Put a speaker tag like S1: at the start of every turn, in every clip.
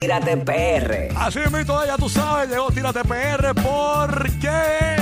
S1: Tírate PR.
S2: Así mismo, ya tú sabes, llegó Tírate PR porque...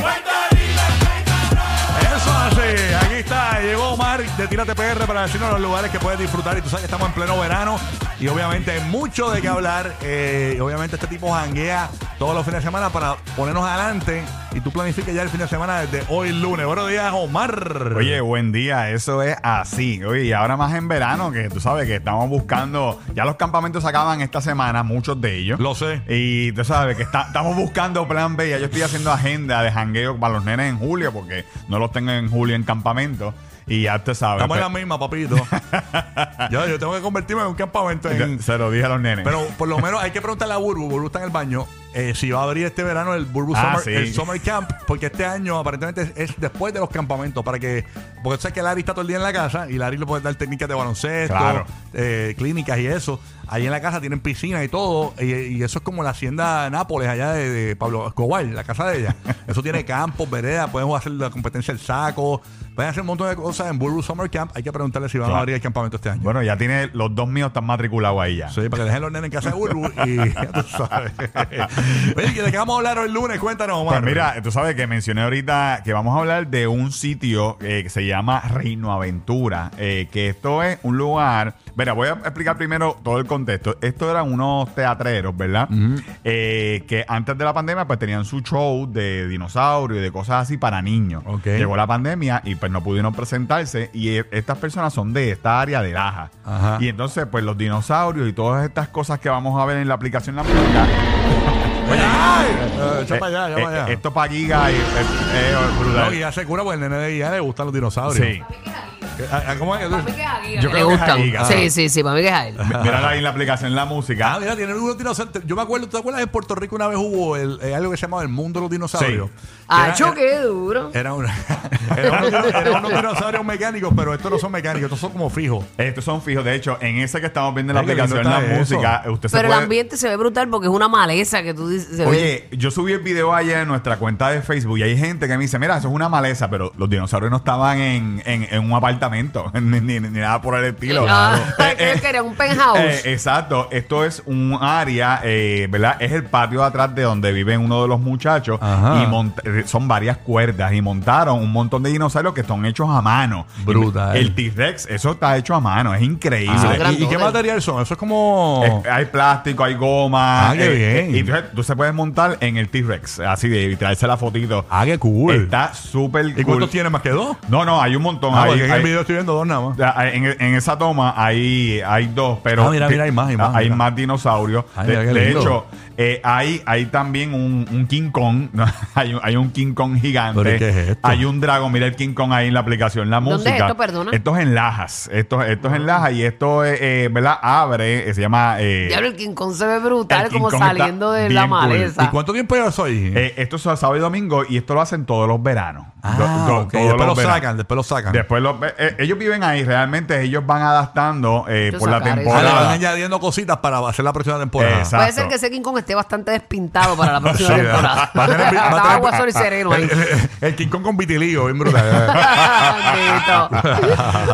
S2: Eso así, aquí está, llegó Omar de Tírate PR para decirnos los lugares que puedes disfrutar y tú sabes que estamos en pleno verano y obviamente hay mucho de qué hablar eh, y obviamente este tipo janguea todos los fines de semana para ponernos adelante y tú planifiques ya el fin de semana desde hoy lunes. Buenos días, Omar.
S3: Oye, buen día, eso es así. Oye, y ahora más en verano, que tú sabes que estamos buscando, ya los campamentos se acaban esta semana, muchos de ellos.
S2: Lo sé.
S3: Y tú sabes que está- estamos buscando plan B, ya yo estoy haciendo agenda de jangueo para los nenes en julio, porque no los tengo en julio en campamento. Y ya tú sabes. pues,
S2: Estamos en la misma, papito. yo, yo tengo que convertirme en un campamento
S3: pe-
S2: en,
S3: se lo dije a los nenes.
S2: Pero por lo menos hay que preguntarle a Burbu, Burbu está en el baño, eh, si va a abrir este verano el Burbu
S3: Ah,
S2: Summer,
S3: sí.
S2: el Summer Camp, porque este año aparentemente es, es después de los campamentos, para que, porque tú sabes que Larry está todo el día en la casa y Larry le puede dar técnicas de baloncesto,
S3: Claro.
S2: eh, clínicas y eso. Ahí en la casa tienen piscina y todo, y, y eso es como la hacienda Nápoles, allá de, de Pablo Escobar, la casa de ella. Eso tiene campos, veredas, pueden hacer la competencia del saco, pueden hacer un montón de cosas en Burbu Summer Camp. Hay que preguntarle si van a
S3: Claro.
S2: abrir el campamento este año.
S3: Bueno, ya tiene, los dos míos están matriculados ahí ya.
S2: Sí, para que dejen los nenes en casa de Burbu y ya tú sabes. Oye, ¿de qué vamos a hablar hoy lunes? Cuéntanos, Omar.
S3: Pues mira, tú sabes que mencioné ahorita que vamos a hablar de un sitio eh, que se llama Reino Aventura, eh, que esto es un lugar... Mira, voy a explicar primero todo el contexto. Esto eran unos teatreros, ¿verdad? Eh, que antes de la pandemia pues tenían su show de dinosaurio y de cosas así para niños.
S2: Ok.
S3: Llegó la pandemia y pues no pudieron presentarse y eh, estas personas son de esta área de Laja.
S2: Ajá.
S3: Y entonces pues los dinosaurios y todas estas cosas que vamos a ver en la aplicación La Música,
S2: ¡Ay! Eh, echa para allá,
S3: eh,
S2: echa para
S3: eh,
S2: allá.
S3: esto para Giga y, eh, eh, brutal.
S2: No, Guía se cura porque el nene de Guía le gustan los dinosaurios.
S3: Sí.
S2: Ah, ah, ¿Cómo es?
S3: Yo
S4: Me
S3: creo que es Ah.
S4: gustan.
S3: ahí, Gaga.
S4: Sí, sí, sí, para mí que es a él.
S3: Mírala ahí en la aplicación la
S2: Ah,
S3: música.
S2: mira, tienen unos dinosaurios. Yo me acuerdo, ¿tú te acuerdas en Puerto Rico una vez hubo el- eh, algo que se llamaba el mundo de los dinosaurios?
S3: Sí.
S4: Ah,
S2: Era-
S4: yo qué duro.
S2: Era, una- era un- era unos dinosaurios mecánicos, pero estos no son mecánicos, estos son como fijos.
S3: Estos son fijos. De hecho, en ese que estamos viendo en la
S2: Ay, qué lindo
S3: aplicación
S2: está
S3: la
S2: eso.
S3: música, eh, usted se
S4: Pero el
S3: puede-
S4: ambiente se ve brutal porque es una maleza que tú dices. se ve-
S3: Oye, yo subí el video ayer en nuestra cuenta de Facebook y hay gente que me dice, mira, eso es una maleza, pero los dinosaurios no estaban en, en- en un apartamento, ni, ni- ni nada por el estilo.
S4: Ah,
S3: Eh, eh,
S4: creo que era un penthouse.
S3: Eh, exacto, esto es un área, eh, ¿verdad? Es el patio de atrás de donde vive uno de los muchachos
S2: Ajá.
S3: y mont- eh, son varias cuerdas y montaron un montón de dinosaurios que están hechos a mano.
S2: Brutal.
S3: El T-Rex, eso está hecho a mano, es increíble.
S4: Ah,
S3: Y-
S4: gran-
S2: ¿Y, y qué
S4: grandotes.
S2: material son? Eso es como...
S3: eh, hay plástico, hay goma.
S2: Ah, qué bien.
S3: Y entonces tú se puedes montar en el T-Rex, así de y traerse la fotito.
S2: ah, qué cool.
S3: Está súper
S2: ¿Y cuántos tiene más que dos?
S3: No, no, hay un montón.
S2: Ah,
S3: Hay-
S2: porque en el
S3: hay-
S2: video estoy viendo dos nada más.
S3: Ah, En, en esa toma hay, hay dos, pero
S2: Ah, mira, mira, hay más, hay más,
S3: Ah, hay
S2: mira.
S3: más dinosaurios.
S2: Ay,
S3: de
S2: mira qué
S3: de
S2: lindo.
S3: hecho, eh, hay, hay también un, un King Kong. ¿no? hay, un, hay un King Kong gigante.
S2: ¿Pero qué es esto?
S3: Hay un dragón. Mira el King Kong ahí en la aplicación, la
S4: ¿Dónde es
S3: música.
S4: esto? Perdona. Ah.
S3: Esto es en Lajas. Esto, esto es en Lajas y esto, es, eh, ¿verdad? Abre, eh, se llama... eh,
S4: Diablo, el King Kong se ve
S3: el
S4: brutal
S3: King
S4: como
S3: Kong está
S4: saliendo de la
S3: bien cool.
S4: maleza.
S2: ¿Y cuánto tiempo llevas ahí?
S3: eh, esto es sábado y domingo y esto lo hacen todos los veranos. Do- do-
S2: Ah, ok.
S3: todos
S2: Después
S3: los
S2: lo
S3: veranos.
S2: sacan, después lo sacan.
S3: Después los ve- eh, ellos viven ahí, realmente ellos van adaptando eh,
S4: Yo
S3: por la
S4: sacar eso.
S2: Ah, le van
S3: temporada.
S2: añadiendo cositas para hacer la próxima temporada.
S3: Exacto.
S4: Puede ser que ese King Kong esté bastante despintado para la próxima
S2: Sí,
S4: temporada.
S2: va a tener- va a
S4: Estaba
S2: tener-
S4: agua, sol y sereno ahí.
S2: El, el- el King Kong con vitiligo, bien brutal.
S4: Bendito.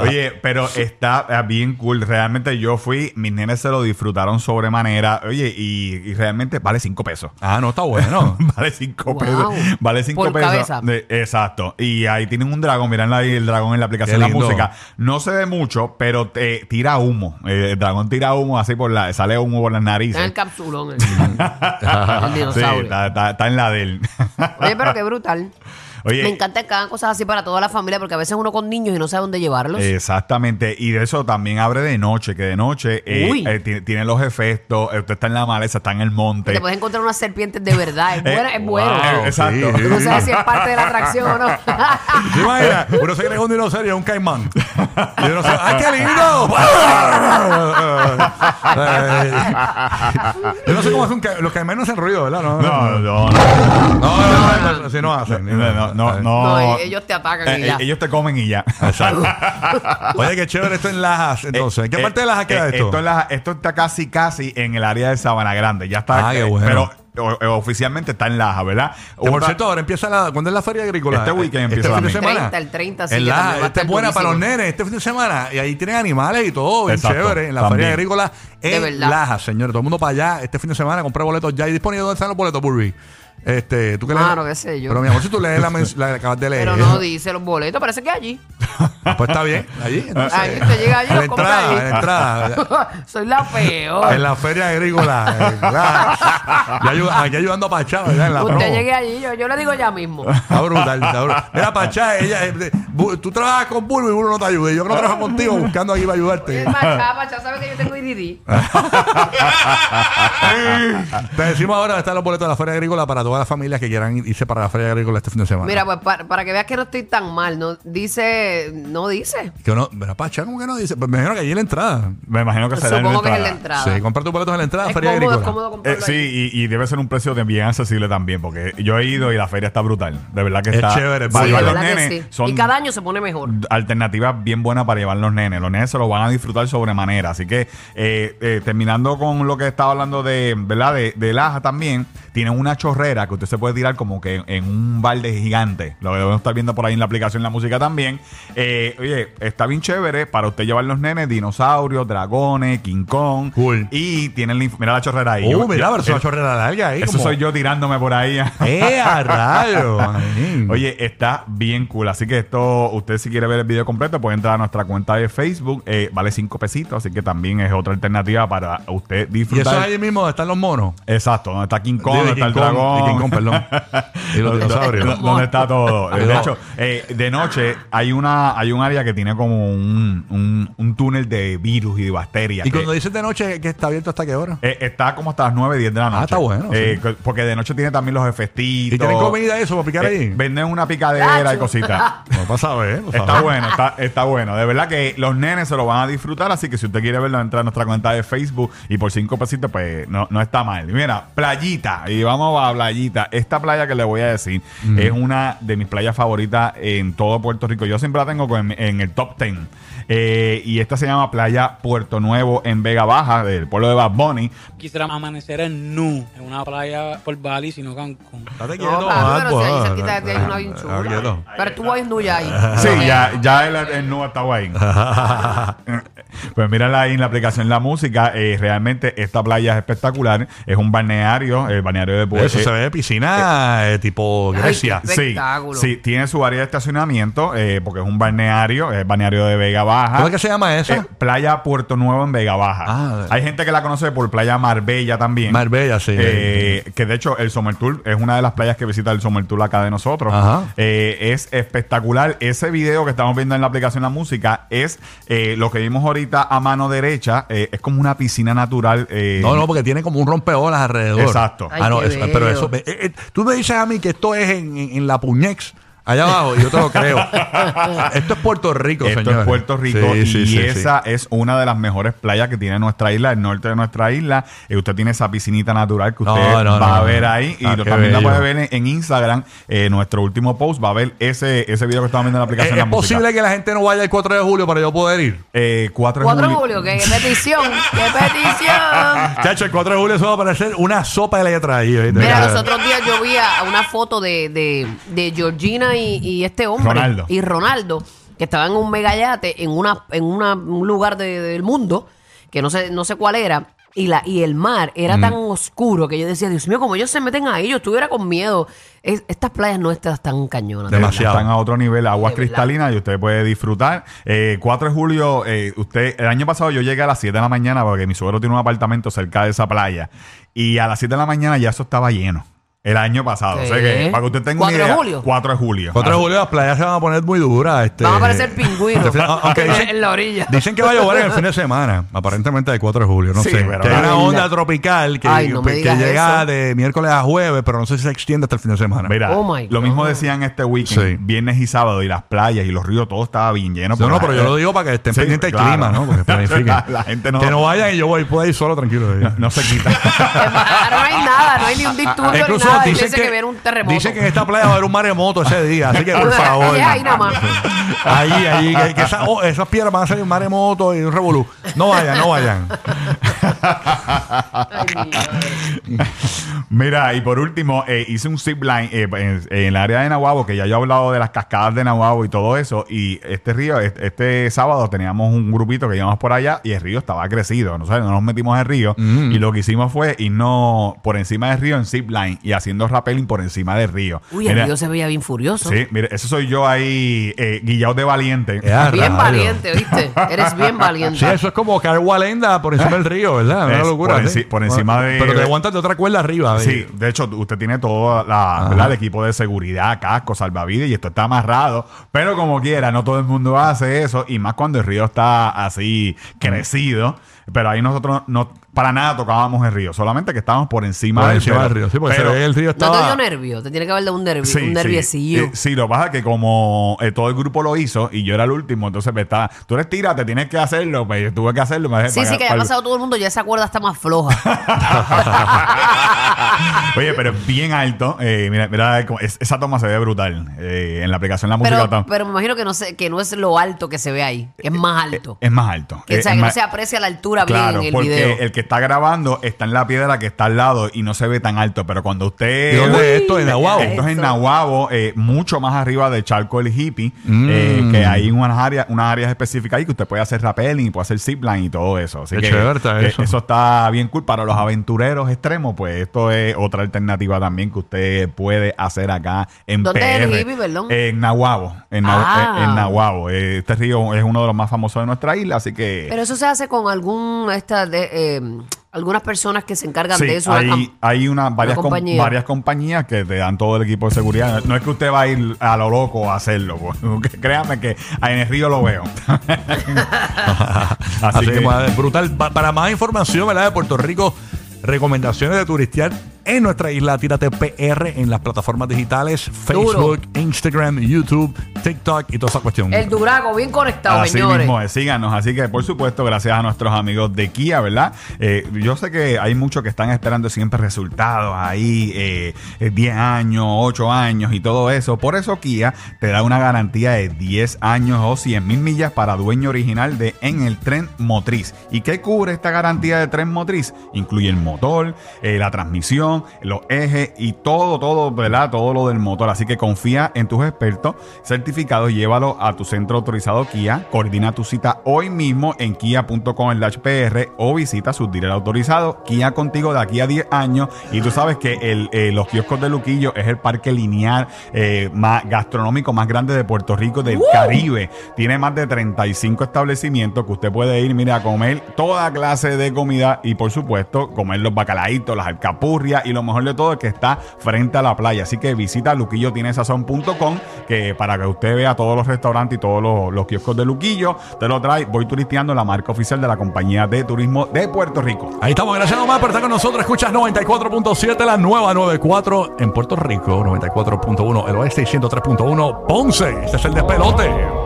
S3: Oye, pero está eh, bien cool. Realmente yo fui, mis nenes se lo disfrutaron sobremanera. Oye, y, y realmente vale cinco pesos.
S2: ah, no, está bueno.
S3: Vale cinco
S4: Wow.
S3: pesos. Vale cinco
S4: Por
S3: pesos.
S4: cabeza.
S3: De- exacto. Y ahí tienen un dragón. Miren ahí el dragón en la aplicación
S2: Qué
S3: de la
S2: lindo.
S3: música. No se ve mucho, pero te tira humo. Eh, El dragón tira humo así por la, sale humo por las narices.
S4: Está en el capsulón. El, el
S3: Sí,
S4: dinosaurio.
S3: está, está- está en la de él.
S4: Oye, pero qué brutal.
S3: Oye,
S4: Me encanta que hagan cosas así para toda la familia porque a veces uno con niños y no sabe dónde llevarlos.
S3: Exactamente, y de eso también abre de noche, que de noche eh,
S4: Uy.
S3: eh, ti- tiene los efectos, eh, usted está en la maleza, está en el monte.
S4: Te puedes encontrar unas serpientes de verdad. Es
S3: Eh,
S4: bueno, es bueno.
S3: wow, Eh,
S2: Sí,
S3: exacto.
S2: sí.
S4: Tú no sabes si es parte de la atracción o no.
S2: ¿Te imaginas? Uno se cree que es un dinosaurio, es un caimán. Y yo no sé, ¡ay, qué lindo! yo no sé cómo hacen ca- los caimanes no hacen ruido, ¿verdad? No,
S3: No, no, no.
S2: no, no, no, no, así no hacen.
S3: No, no,
S4: No,
S3: no.
S4: e- ellos te atacan y
S3: Eh,
S4: ya.
S3: eh, ellos te comen y ya.
S2: Oye, qué chévere esto en Lajas, Ah, entonces. ¿En qué
S3: Eh,
S2: parte de Lajas
S3: eh,
S2: queda esto?
S3: Esto, en Lajas- esto está casi, casi en el área de Sabana Grande. Ya está.
S2: Ah, qué
S3: eh,
S2: bueno.
S3: Pero o- eh, oficialmente está en Laja, ¿verdad?
S2: Que, por
S3: Una-
S2: cierto, ahora empieza la. ¿Cuándo es la feria agrícola?
S3: Este weekend empieza
S2: este fin de
S3: también.
S2: semana.
S4: 30, el 30, sí,
S2: En
S4: que
S2: Lajas.
S4: también va a
S2: Esta
S4: estar
S2: es buena para los
S4: durísimo.
S2: nenes este fin de semana. Y ahí tienen animales y todo, bien
S3: Exacto,
S2: chévere. En la
S3: también.
S2: feria agrícola
S4: De
S2: en
S4: verdad.
S2: Lajas, señores. Todo el mundo para allá este fin de semana, comprar boletos ya. Y disponible, ¿dónde están los boletos, Burby? Este, tú que lees-
S4: Claro, qué sé yo.
S2: Pero mi amor, si tú lees la, mens- la que acabas de leer.
S4: Pero no dice los boletos, parece que allí.
S2: Pues está bien, allí. entonces.
S4: Ahí usted llega allí,
S2: En la
S4: lo compra
S2: entrada, en la entrada.
S4: Soy la
S2: En
S4: peor.
S2: la feria agrícola. en Lajas. Ya ayu- aquí ayudando a Pachá, ¿verdad? En la
S4: Usted
S2: promo.
S4: llegue allí, yo, yo le digo ya mismo.
S2: Está brutal, está brutal. Mira, Pachá, ella, eh, de- bu- tú trabajas con Bulbo y Bulbo no te ayuda. Y Yo que no trabajo contigo buscando aquí para ayudarte.
S4: Es Pachá, Pachá sabe que yo tengo IDD.
S3: Ah.
S2: te decimos ahora, están los boletos de la Feria Agrícola para todas las familias que quieran irse para la Feria Agrícola este fin de semana.
S4: Mira, pues para, para que veas que no estoy tan mal, no dice, no dice.
S2: Que uno, mira, Pachá, ¿cómo que no dice? Pues me imagino que allí en la entrada.
S3: Me imagino que será en
S4: Supongo que es en la
S3: entrada.
S4: entrada.
S2: Sí, comprar tus boletos en la entrada,
S4: es
S2: Feria
S4: cómodo, es
S2: Agrícola.
S4: cómodo
S3: Eh,
S4: comprarlo allí.
S3: sí, y, y debe ser un precio de bien accesible también, porque yo he ido y la feria está brutal. De verdad que
S2: Es
S3: está.
S2: chévere,
S3: para
S2: Igual
S4: Sí, de
S3: llevar los
S4: verdad que
S3: nenes,
S4: sí.
S3: son
S4: Y cada año se pone mejor.
S3: alternativas bien buenas para llevar los nenes. Los nenes se lo van a disfrutar sobremanera. Así que eh, eh, terminando con lo que estaba hablando de, ¿verdad? De, de Laja también, tienen una chorrera que usted se puede tirar como que en un balde gigante. Lo que debemos estar viendo por ahí en la aplicación La Música también. Eh, oye, está bien chévere para usted llevar los nenes, dinosaurios, dragones, King Kong.
S2: Cool.
S3: Y tienen la inf- mira la chorrera ahí.
S2: Uh,
S3: Yo-
S2: mira,
S3: yo-
S2: pero es una
S3: eh,
S2: chorrera larga ahí.
S3: eso
S2: como-
S3: soy yo tirándome por ahí.
S2: ¡Eh, a rayo! Ay.
S3: Oye, está bien cool. Así que esto, usted si quiere ver el video completo, puede entrar a nuestra cuenta de Facebook. Eh, vale 5 pesitos, así que también es otra alternativa para usted
S2: y eso
S3: disfrutar.
S2: ahí mismo están los monos.
S3: Exacto, donde está King Kong,
S2: Sí,
S3: donde
S2: de
S3: está el
S2: King Kong,
S3: dragón.
S2: de King Kong, perdón. Y los
S3: Donde-
S2: dinosaurios.
S3: donde- donde está todo. Eh, De hecho, eh, de noche hay una hay un área que tiene como un, un- un túnel de virus y de bacterias.
S2: Y
S3: que-
S2: cuando dices de noche, ¿que está abierto hasta qué hora?
S3: eh, está como hasta las 9, 10 de la noche.
S2: Ah, está bueno,
S3: Eh, co- Porque de noche tiene también los efectitos.
S2: ¿Y tienen comida eso para picar
S3: Eh,
S2: ahí?
S3: venden una picadera y
S4: Nacho.
S3: cositas.
S2: No pasa a ver. pues, a
S3: Está
S2: ver.
S3: bueno, está, está bueno. De verdad que los nenes se lo van a disfrutar, así que si usted quiere verlo, entra a nuestra cuenta de Facebook y por cinco pesitos, pues no, no está mal. Y Mira, playita, y vamos a playita. Esta playa que le voy a decir es una de mis playas favoritas en todo Puerto Rico. Yo siempre la tengo con- en el top 10. Eh, y esta se llama Playa Puerto Nuevo en Vega Baja, del pueblo de Bad Bunny.
S5: quisiera amanecer en Nu, en una playa por Bali, sino Cancún.
S2: Estate
S4: No,
S2: quieto,
S4: papi, pero si
S2: Marco,
S4: ahí
S2: ah,
S4: cerquita de ti hay una
S2: ah,
S4: bien
S2: ah, quieto.
S4: chula. Pero tú vas en Nuya ahí.
S2: Ah,
S3: Sí,
S4: Ok.
S3: ya, ya el, el nudo estaba ahí. pues mírala ahí en la aplicación La Música. eh, realmente esta playa es espectacular. Es un balneario, el balneario de Puerto
S2: Pues, Eso se ve de piscina eh, tipo
S4: Ay,
S2: Grecia.
S4: qué espectáculo.
S3: Sí, sí, tiene su área de estacionamiento eh, porque es un balneario, es el balneario de Vega Baja.
S2: ¿Cómo es que se llama eso?
S3: Eh, playa Puerto Nuevo en Vega Baja.
S2: Ah.
S3: Hay gente que la conoce por Playa Marbella también.
S2: Marbella, sí.
S3: Eh, que de hecho el Summer Tour es una de las playas que visita el Summer Tour acá de nosotros.
S2: Ajá.
S3: Eh, es espectacular. Ese video que estamos viendo en la aplicación La Música es eh, lo que vimos ahorita a mano derecha. eh, es como una piscina natural. eh,
S2: no, no, porque tiene como un rompeolas alrededor.
S3: Exacto.
S4: Ay,
S2: ah, no,
S4: qué
S2: eso-
S4: bello.
S2: pero eso. eh, eh, tú me dices a mí que esto es en, en- en la Puñex, allá abajo, y yo te lo creo. esto es Puerto Rico,
S3: Esto
S2: señores.
S3: es Puerto Rico
S2: Sí,
S3: y
S2: sí, sí,
S3: esa es una de las mejores playas que tiene nuestra isla, el norte de nuestra isla. Eh, usted tiene esa piscinita natural que
S2: No,
S3: usted
S2: no,
S3: va
S2: no,
S3: a
S2: no.
S3: ver ahí y
S2: Ah,
S3: lo-
S2: qué
S3: también la
S2: bello.
S3: puede ver en, en Instagram. Eh, nuestro último post va a ver ese, ese video que estamos viendo en la
S2: sí. Eh,
S3: aplicación.
S2: ¿Es
S3: La Música.
S2: posible que la gente no vaya el 4 de julio para yo poder ir?
S3: Eh, 4 de
S4: 4 de
S3: julio.
S4: julio, ¿qué? ¿Qué petición? ¡Qué petición!
S2: Chacho, el 4 de julio eso va a aparecer una sopa de letra ahí. ¿viste?
S4: Mira, los otros días yo vi a- a una foto de, de, de Georgina y, y este hombre.
S3: Ronaldo.
S4: Y Ronaldo, que estaban en un megayate en, una, en una- un lugar de- del mundo, que no sé, no sé cuál era. Y, la, y el mar era tan
S2: Mm.
S4: oscuro que yo decía, Dios mío, como ellos se meten ahí, yo estuviera con miedo. Es- estas playas nuestras están cañonas. de verdad.
S2: Demasiado.
S3: Están a otro nivel, aguas
S4: De verdad.
S3: cristalinas y usted puede disfrutar. Eh, 4 de julio, eh, usted, el año pasado yo llegué a las 7 de la mañana porque mi suegro tiene un apartamento cerca de esa playa y a las 7 de la mañana ya eso estaba lleno. El año pasado. O sea
S4: Sí.
S3: que, para que usted tenga una
S4: 4 de
S3: idea,
S4: julio.
S3: 4 de julio. Ah,
S2: 4 de julio las playas se van a poner muy duras. Este,
S4: Van a aparecer pingüinos
S2: Este, aunque dicen-
S4: en la orilla.
S2: Dicen que va a llover en el fin de semana, aparentemente el 4 de julio, no
S3: Sí,
S2: sé.
S3: pero
S2: Que hay
S3: la
S2: una
S4: verdad.
S2: onda tropical que,
S4: Ay, no me
S2: que
S4: digas
S2: llega
S4: eso.
S2: de miércoles a jueves, pero no sé si se extiende hasta el fin de semana.
S3: Mira,
S4: Oh my
S3: lo mismo
S4: God.
S3: decían este weekend,
S2: Sí.
S3: viernes y sábado, y las playas y los ríos, todo estaba bien lleno.
S2: no, no,
S3: la-
S2: pero yo lo digo para que estén
S3: Sí,
S2: pendientes del
S3: claro.
S2: clima, ¿no? Porque planifiquen.
S3: La- la gente no-
S2: Que no vayan y yo voy, puedo ir solo tranquilo.
S3: No se quita.
S4: Ahora no hay nada, no hay ni un
S2: Ah,
S4: disturbio ni nada. Dicen que, viene un terremoto.
S2: dicen que en esta playa va a haber un maremoto ese día, así que por favor.
S4: Ya, ahí nada más.
S2: Ahí, ahí, que, que esa- oh, esas piedras van a salir un maremoto y un revolú. No vayan, no vayan.
S4: Ay, mi madre.
S3: Mira, y por último, eh, hice un zip line eh, en, en el área de Nahuabo, que ya yo he hablado de las cascadas de Nahuabo y todo eso. Y este río, es- este, sábado teníamos un grupito que íbamos por allá y el río estaba crecido. No, sabes, no nos metimos al río. Y lo que hicimos fue irnos por encima del río en zip line y haciendo rappelling por encima del río.
S4: Uy, el
S3: Mira,
S4: Dios se veía bien furioso.
S3: Sí, mire, ese soy yo ahí, eh, guillado de valiente.
S2: Ya,
S4: Bien
S2: rayo.
S4: valiente, ¿viste? Eres bien valiente.
S2: Sí, eso es como caer Walenda por encima del río, ¿verdad? Una
S3: Es
S2: locura.
S3: por
S2: ¿sí?
S3: enci- por encima de-
S2: Pero te aguantas de otra cuerda arriba. de-
S3: Sí, de hecho, usted tiene todo la, ¿verdad? el equipo de seguridad, casco, salvavidas y esto está amarrado. Pero como quiera, no todo el mundo hace eso. Y más cuando el río está así crecido. Pero ahí nosotros no para nada tocábamos el río, solamente que estábamos por encima,
S2: Por
S3: del,
S2: encima
S3: pero-
S2: del río. Sí, porque
S3: pero-
S2: se ve el río
S4: No
S2: estaba...
S4: te dio nervio, te tiene que haber dado un nervio, un
S3: sí.
S4: nerviosillo.
S3: Eh, sí, lo que pasa es que como eh, todo el grupo lo hizo y yo era el último, entonces me estaba, tú eres tira, te tienes que hacerlo, pues yo tuve que hacerlo. me dejé
S4: Sí,
S3: para-
S4: sí, que ya ha
S3: para-
S4: pasado todo el mundo, ya esa cuerda está más floja.
S3: Oye, pero es bien alto. Eh, mira, mira cómo- es- esa toma se ve brutal. Eh, en la aplicación la música
S4: pero, pues,
S3: está-
S4: pero me imagino que no, sé, que no es lo alto que se ve ahí, que es más alto.
S3: es más alto.
S4: Que, o
S3: Eh,
S4: sea,
S3: es
S4: que no
S3: más-
S4: se aprecia la altura
S3: Claro,
S4: bien en el
S3: porque
S4: video.
S3: el que está grabando está en la piedra que está al lado y no se ve tan alto, pero cuando usted...
S2: ¿Y dónde es esto? ¿En Nahuabo?
S3: Esto es en
S4: Eso.
S3: Nahuabo, eh, mucho más arriba del charco del hippie,
S2: Mm.
S3: eh, que hay unas áreas, unas áreas específicas ahí que usted puede hacer rappelling, puede hacer zipline y todo eso. Así
S2: Qué
S3: que,
S2: chévere está
S3: que
S2: eso.
S3: está bien cool. Para los aventureros extremos, pues esto es otra alternativa también que usted puede hacer acá en
S4: ¿Dónde es el
S3: PR.
S4: hippie, perdón?
S3: En Nahuabo. En, Nahu-
S4: Ah.
S3: eh, en Nahuabo. Eh, Este río es uno de los más famosos de nuestra isla, así que...
S4: Pero eso se hace con algún, esta de, eh, algunas personas que se encargan
S3: Sí,
S4: de eso. una
S3: hay,
S4: cam-
S3: hay una, varias, com-
S4: compañía.
S3: varias compañías que te dan todo el equipo de seguridad. No es que usted va a ir a lo loco a hacerlo. porque Créame que en el río lo veo.
S2: Así,
S3: Así
S2: que,
S3: que-
S2: madre, brutal. Pa- para más información, ¿verdad? De Puerto Rico, recomendaciones de turistear en nuestra isla Tírate PR en las plataformas digitales Facebook, Instagram, YouTube, TikTok y toda esa cuestión.
S4: El Durago, bien conectado,
S3: Así
S4: señores.
S3: mismo, es, síganos. Así que, por supuesto, gracias a nuestros amigos de Kia, ¿verdad? Eh, yo sé que hay muchos que están esperando siempre resultados ahí, eh, eh, 10 años, 8 años y todo eso. Por eso Kia te da una garantía de 10 años o 100 mil millas para dueño original de en el tren motriz. ¿Y qué cubre esta garantía de tren motriz? Incluye el motor, eh, la transmisión, los ejes y todo, todo, ¿verdad? Todo lo del motor. Así que confía en tus expertos certificados. Llévalo a tu centro autorizado Kia. Coordina tu cita hoy mismo en kia.com PR o visita su dealer autorizado. Kia contigo de aquí a 10 años. Y tú sabes que el, eh, los kioscos de Luquillo es el parque lineal eh, más gastronómico más grande de Puerto Rico, del Caribe. Tiene más de 35 establecimientos que usted puede ir, mira, a comer toda clase de comida y por supuesto comer los bacalaitos, las alcapurrias y lo mejor de todo es que está frente a la playa. Así que visita luquillotinesazón.com que para que usted vea todos los restaurantes y todos los, los kioscos de Luquillo, te lo trae. Voy turisteando la marca oficial de la compañía de turismo de Puerto Rico.
S2: Ahí estamos, gracias nomás por estar con nosotros. Escuchas 94.7, la nueva 94 en Puerto Rico, 94.1 el oeste y 103.1 Ponce. Este es el despelote.